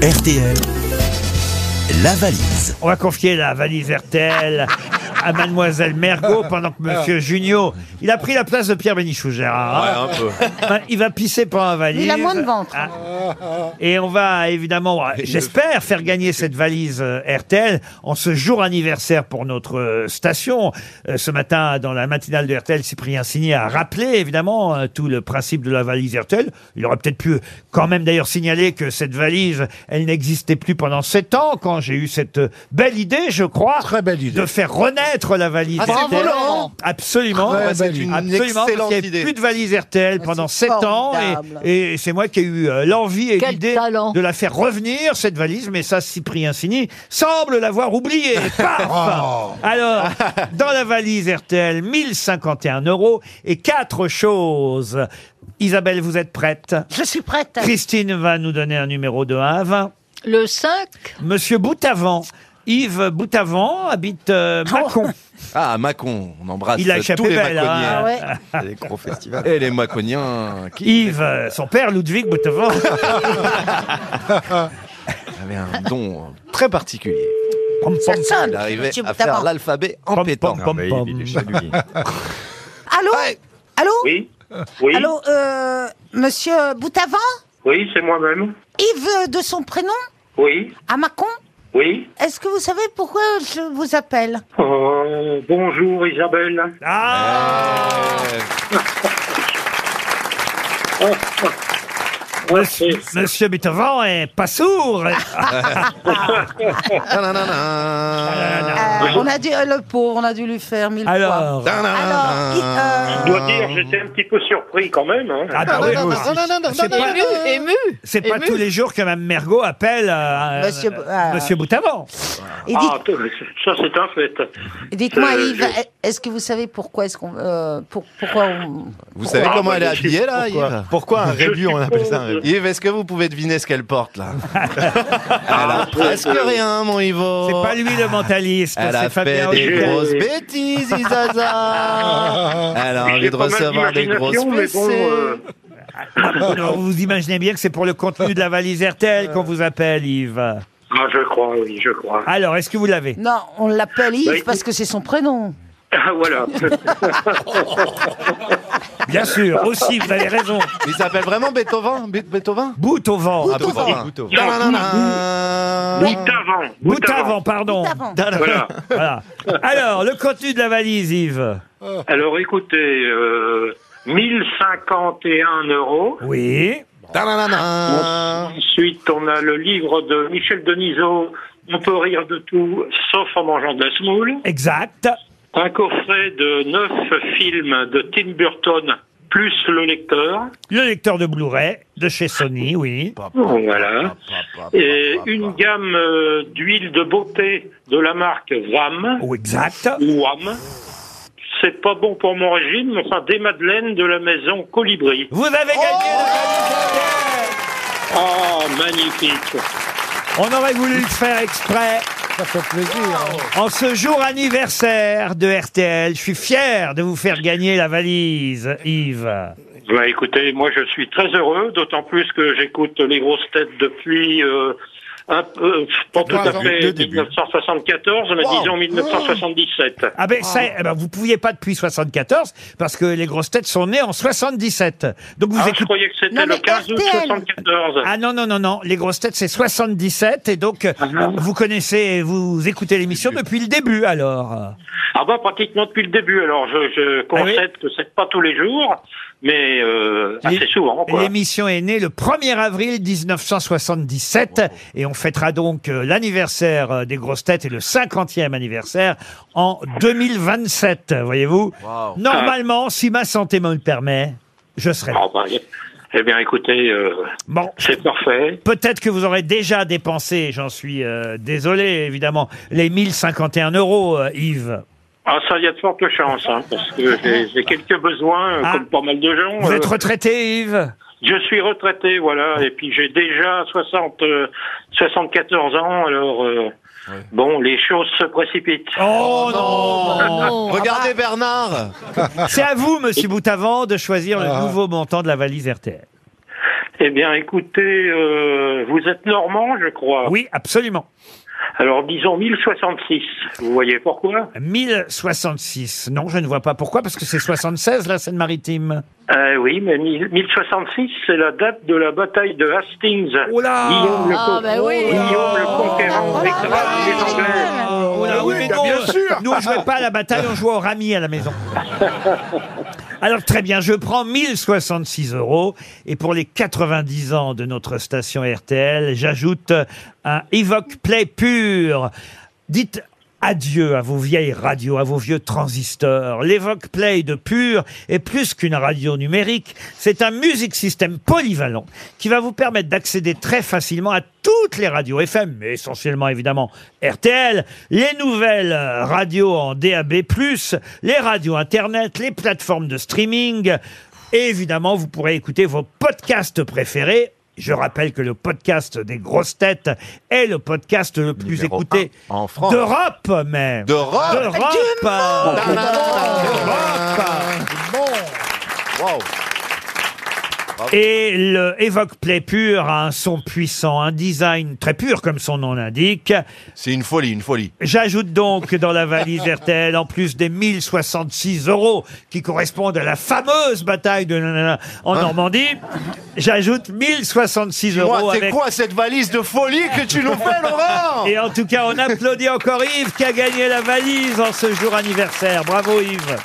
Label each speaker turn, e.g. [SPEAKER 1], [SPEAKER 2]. [SPEAKER 1] RTL, la valise.
[SPEAKER 2] On va confier la valise RTL à Mademoiselle Mergot pendant que Monsieur Junio, il a pris la place de Pierre Bénichou, Gérard. Bah, Il va pisser pendant la valise.
[SPEAKER 3] Il a moins de ventre.
[SPEAKER 2] Ah. Et on va évidemment, euh, j'espère, faire gagner cette valise euh, RTL en ce jour anniversaire pour notre euh, station. Euh, Ce matin, dans la matinale de RTL, Cyprien Signé a rappelé évidemment euh, tout le principe de la valise RTL. Il aurait peut-être pu quand même d'ailleurs signaler que cette valise, elle n'existait plus pendant sept ans quand j'ai eu cette euh, belle idée, je crois,
[SPEAKER 4] Très belle idée.
[SPEAKER 2] de faire renaître la valise
[SPEAKER 5] Ah, c'était
[SPEAKER 2] RTL.
[SPEAKER 5] Laurent.
[SPEAKER 2] Absolument.
[SPEAKER 4] Très
[SPEAKER 2] Absolument,
[SPEAKER 4] belle idée.
[SPEAKER 2] parce
[SPEAKER 5] Une excellente
[SPEAKER 2] qu'il n'y avait
[SPEAKER 5] idée.
[SPEAKER 2] plus de valise RTL pendant
[SPEAKER 3] c'est
[SPEAKER 2] sept ans
[SPEAKER 3] formidable.
[SPEAKER 2] et, et c'est moi qui ai eu euh, l'envie et
[SPEAKER 3] Quel
[SPEAKER 2] l'idée
[SPEAKER 3] talent.
[SPEAKER 2] de la faire revenir, cette valise, mais ça, Cyprien Sini semble l'avoir oubliée. Paf Alors, dans la valise RTL, 1051 euros et quatre choses. Isabelle, vous êtes prête
[SPEAKER 3] Je suis prête.
[SPEAKER 2] Christine va nous donner un numéro de 1 à 20.
[SPEAKER 3] Le 5,
[SPEAKER 2] Monsieur Boutavant, Yves Boutavant habite euh,
[SPEAKER 3] Oh.
[SPEAKER 2] Mâcon.
[SPEAKER 5] Ah, Macon, on embrasse
[SPEAKER 2] Il a échappé
[SPEAKER 5] tous les
[SPEAKER 2] belle,
[SPEAKER 5] Maconiens.
[SPEAKER 3] ah ouais.
[SPEAKER 5] Les gros festivals. Et les Maconiens qui
[SPEAKER 2] Yves, euh, son père, Ludwig Boutavant.
[SPEAKER 5] avaient un don très particulier.
[SPEAKER 2] Pom, pom,
[SPEAKER 3] ça sonne.
[SPEAKER 5] Il arrivait
[SPEAKER 3] Monsieur
[SPEAKER 5] à faire
[SPEAKER 3] Boutavant.
[SPEAKER 5] l'alphabet en Ah
[SPEAKER 2] pom,
[SPEAKER 5] pétant.
[SPEAKER 2] pom, pom, pom.
[SPEAKER 6] Allô Allô
[SPEAKER 7] Oui, oui,
[SPEAKER 6] Allô, euh, monsieur Boutavant
[SPEAKER 7] oui, c'est moi-même.
[SPEAKER 6] Yves euh, de son prénom
[SPEAKER 7] Oui,
[SPEAKER 6] À Macon
[SPEAKER 7] oui.
[SPEAKER 6] Est-ce que vous savez pourquoi je vous appelle
[SPEAKER 7] Euh, bonjour Isabelle.
[SPEAKER 2] Ah Monsieur, Monsieur Beethoven est pas sourd.
[SPEAKER 5] Ah.
[SPEAKER 3] Ah.
[SPEAKER 6] Euh, On a dû, euh, le pauvre, on a dû lui faire mille fois.
[SPEAKER 5] Ah.
[SPEAKER 2] Alors,
[SPEAKER 3] Ah.
[SPEAKER 6] Alors,
[SPEAKER 7] Je
[SPEAKER 6] il- euh,
[SPEAKER 7] dois dire, j'étais un petit peu surpris quand même. hein.
[SPEAKER 2] ah bah oui, c'est pas, c'est pas tous les jours que Mme Mergot appelle euh,
[SPEAKER 6] Monsieur-
[SPEAKER 2] euh,
[SPEAKER 6] ah.
[SPEAKER 2] Monsieur Boutavant.
[SPEAKER 6] euh, il dit-
[SPEAKER 7] Ah, t- ça c'est un fait.
[SPEAKER 6] dites-moi,
[SPEAKER 7] euh,
[SPEAKER 6] Yves, est-ce que vous savez pourquoi est-ce qu'on, euh, pour- pourquoi on-
[SPEAKER 5] Vous savez comment elle est habillée là, Yves
[SPEAKER 4] Pourquoi un rébut, on appelle ça un rébut
[SPEAKER 5] Yves, est-ce que vous pouvez deviner ce qu'elle porte là Elle a
[SPEAKER 7] Ah,
[SPEAKER 5] presque
[SPEAKER 7] je-
[SPEAKER 5] rien, mon Ivo.
[SPEAKER 2] C'est pas lui le mentaliste,
[SPEAKER 5] Elle
[SPEAKER 2] c'est
[SPEAKER 5] a
[SPEAKER 2] Fabien
[SPEAKER 5] fait des
[SPEAKER 2] Olicon.
[SPEAKER 7] Olivier.
[SPEAKER 5] grosses bêtises, Isaza. Elle a
[SPEAKER 7] J'ai
[SPEAKER 5] envie de
[SPEAKER 7] pas mal
[SPEAKER 5] recevoir des grosses
[SPEAKER 7] d'imagination, mais bon,
[SPEAKER 5] fessées.
[SPEAKER 7] euh,
[SPEAKER 2] Alors, vous imaginez bien que c'est pour le contenu de la valise RTL qu'on vous appelle, Yves.
[SPEAKER 7] ah, je crois, oui, je crois.
[SPEAKER 2] Alors, est-ce que vous l'avez
[SPEAKER 6] Non, on l'appelle
[SPEAKER 7] Bah, il-
[SPEAKER 6] Yves parce que c'est son prénom.
[SPEAKER 7] Ah, voilà.
[SPEAKER 2] Bien sûr, aussi, vous avez raison.
[SPEAKER 5] Il s'appelle vraiment Beethoven Be- Beethoven
[SPEAKER 2] Boutavant.
[SPEAKER 5] Ah, Beethoven.
[SPEAKER 4] Beethoven.
[SPEAKER 5] Nananana.
[SPEAKER 7] Boutavant.
[SPEAKER 2] Boutavant, pardon.
[SPEAKER 6] Boutavant.
[SPEAKER 7] Voilà.
[SPEAKER 2] Voilà. Alors, le contenu de la valise, Yves.
[SPEAKER 7] Alors écoutez, euh, 1051 euros.
[SPEAKER 2] Oui.
[SPEAKER 5] Nananana.
[SPEAKER 7] Ensuite, on a le livre de Michel Denisot, On peut rire de tout, sauf en mangeant de la semoule.
[SPEAKER 2] Exact.
[SPEAKER 7] Un coffret de neuf films de Tim Burton, plus le lecteur.
[SPEAKER 2] Le lecteur de Blu-ray de chez Sony, oui.
[SPEAKER 7] Voilà. Et une gamme euh, d'huile de beauté de la marque VAM.
[SPEAKER 2] Ou exact.
[SPEAKER 7] Ou WAM. C'est pas bon pour mon régime, mais enfin, des madeleines de la maison Colibri.
[SPEAKER 2] Vous avez gagné le
[SPEAKER 7] Ah, magnifique.
[SPEAKER 2] cadeau. On aurait voulu le faire exprès.
[SPEAKER 4] Ça fait plaisir. hein.
[SPEAKER 2] En ce jour anniversaire de RTL, je suis fier de vous faire gagner la valise, Yves.
[SPEAKER 7] Bah, écoutez, moi, je suis très heureux, d'autant plus que j'écoute les grosses têtes depuis, euh, un peu, euh, pas tout à
[SPEAKER 4] Depuis
[SPEAKER 7] fait
[SPEAKER 4] le début.
[SPEAKER 7] 1974, mais
[SPEAKER 5] Wow.
[SPEAKER 7] disons 1977.
[SPEAKER 2] Ah ben ça, eh ben, vous pouviez pas depuis 74 parce que les grosses têtes sont nées en 77. Donc vous
[SPEAKER 7] Ah, je
[SPEAKER 2] écoutez.
[SPEAKER 7] croyais que c'était
[SPEAKER 6] Non,
[SPEAKER 7] le
[SPEAKER 6] mais
[SPEAKER 7] 15 août
[SPEAKER 6] RTL.
[SPEAKER 7] 74.
[SPEAKER 2] Ah non non non non, les grosses têtes c'est 77 et donc euh, vous connaissez, et vous écoutez l'émission depuis le début alors.
[SPEAKER 7] Ah bah pratiquement depuis le début. Alors je, je concède que c'est pas tous les jours, mais euh,
[SPEAKER 2] Ah Les-
[SPEAKER 7] assez souvent. Quoi.
[SPEAKER 2] L'émission est née le 1er avril 1977 et on fêtera donc euh, l'anniversaire euh, des grosses têtes et le 50e anniversaire en 2027, voyez-vous.
[SPEAKER 5] Wow.
[SPEAKER 2] Normalement, si ma santé me le permet, je serai là.
[SPEAKER 7] Ah bah, eh bien écoutez, euh,
[SPEAKER 2] Bon.
[SPEAKER 7] c'est parfait.
[SPEAKER 2] Peut-être que vous aurez déjà dépensé, j'en suis euh, désolé évidemment, les 1051 euros, euh, Yves.
[SPEAKER 7] Ah ça, il y a de fortes chances, hein, parce que j'ai- j'ai quelques besoins, euh,
[SPEAKER 2] Ah.
[SPEAKER 7] comme pas mal de gens.
[SPEAKER 2] Vous
[SPEAKER 7] Euh,
[SPEAKER 2] êtes retraité, Yves
[SPEAKER 7] Je suis retraité, voilà, et puis j'ai déjà 60, euh, 74 ans, alors euh, bon, les choses se précipitent.
[SPEAKER 2] Oh non
[SPEAKER 7] Oh.
[SPEAKER 5] Regardez Bernard.
[SPEAKER 2] Ah. C'est à vous, Monsieur Boutavant, de choisir le nouveau montant de la valise RTL.
[SPEAKER 7] Eh bien, écoutez, euh, vous êtes normand, je crois.
[SPEAKER 2] Oui, absolument.
[SPEAKER 7] Alors, disons 1066. Vous voyez pourquoi
[SPEAKER 2] 1066. Non, je ne vois pas pourquoi, parce que c'est 76, la Seine-Maritime.
[SPEAKER 7] Euh, Oui, mais 1000- 1066, c'est la date de la bataille de Hastings.
[SPEAKER 2] Oh là
[SPEAKER 7] Guillaume le,
[SPEAKER 3] Ah,
[SPEAKER 7] Con-
[SPEAKER 3] bah oui. ben
[SPEAKER 7] Guillaume le
[SPEAKER 2] Ah,
[SPEAKER 7] Conquérant
[SPEAKER 3] Oh là
[SPEAKER 7] écrase
[SPEAKER 3] là.
[SPEAKER 7] les Anglais.
[SPEAKER 2] Oh là, oui, mais non, nous on jouait pas à la bataille, on jouait au rami à la maison. Alors très bien, je prends 1066 euros et pour les 90 ans de notre station RTL, j'ajoute un Evoque Play pur. Dites adieu à vos vieilles radios, à vos vieux transistors. L'Evoque Play de pur est plus qu'une radio numérique, c'est un music system polyvalent qui va vous permettre d'accéder très facilement à toutes les radios FM, mais essentiellement évidemment RTL, les nouvelles euh, radios en DAB+, les radios internet, les plateformes de streaming. Et évidemment, vous pourrez écouter vos podcasts préférés. Je rappelle que le podcast des grosses têtes est le podcast le plus
[SPEAKER 5] Numéro
[SPEAKER 2] écouté
[SPEAKER 5] un en France.
[SPEAKER 2] d'Europe même.
[SPEAKER 5] D'Europe
[SPEAKER 2] D'Europe. D'Europe.
[SPEAKER 5] Wow.
[SPEAKER 2] Et le Evoque Play Pur a un son puissant, un design très pur comme son nom l'indique.
[SPEAKER 5] C'est une folie, une folie.
[SPEAKER 2] J'ajoute donc dans la valise RTL, en plus des 1066 euros qui correspondent à la fameuse bataille de Nanana en Normandie, j'ajoute 1066 euros
[SPEAKER 5] Hein Dis-moi, c'est
[SPEAKER 2] avec...
[SPEAKER 5] quoi cette valise de folie que tu nous fais, Laurent
[SPEAKER 2] Et en tout cas, on applaudit encore Yves qui a gagné la valise en ce jour anniversaire. Bravo Yves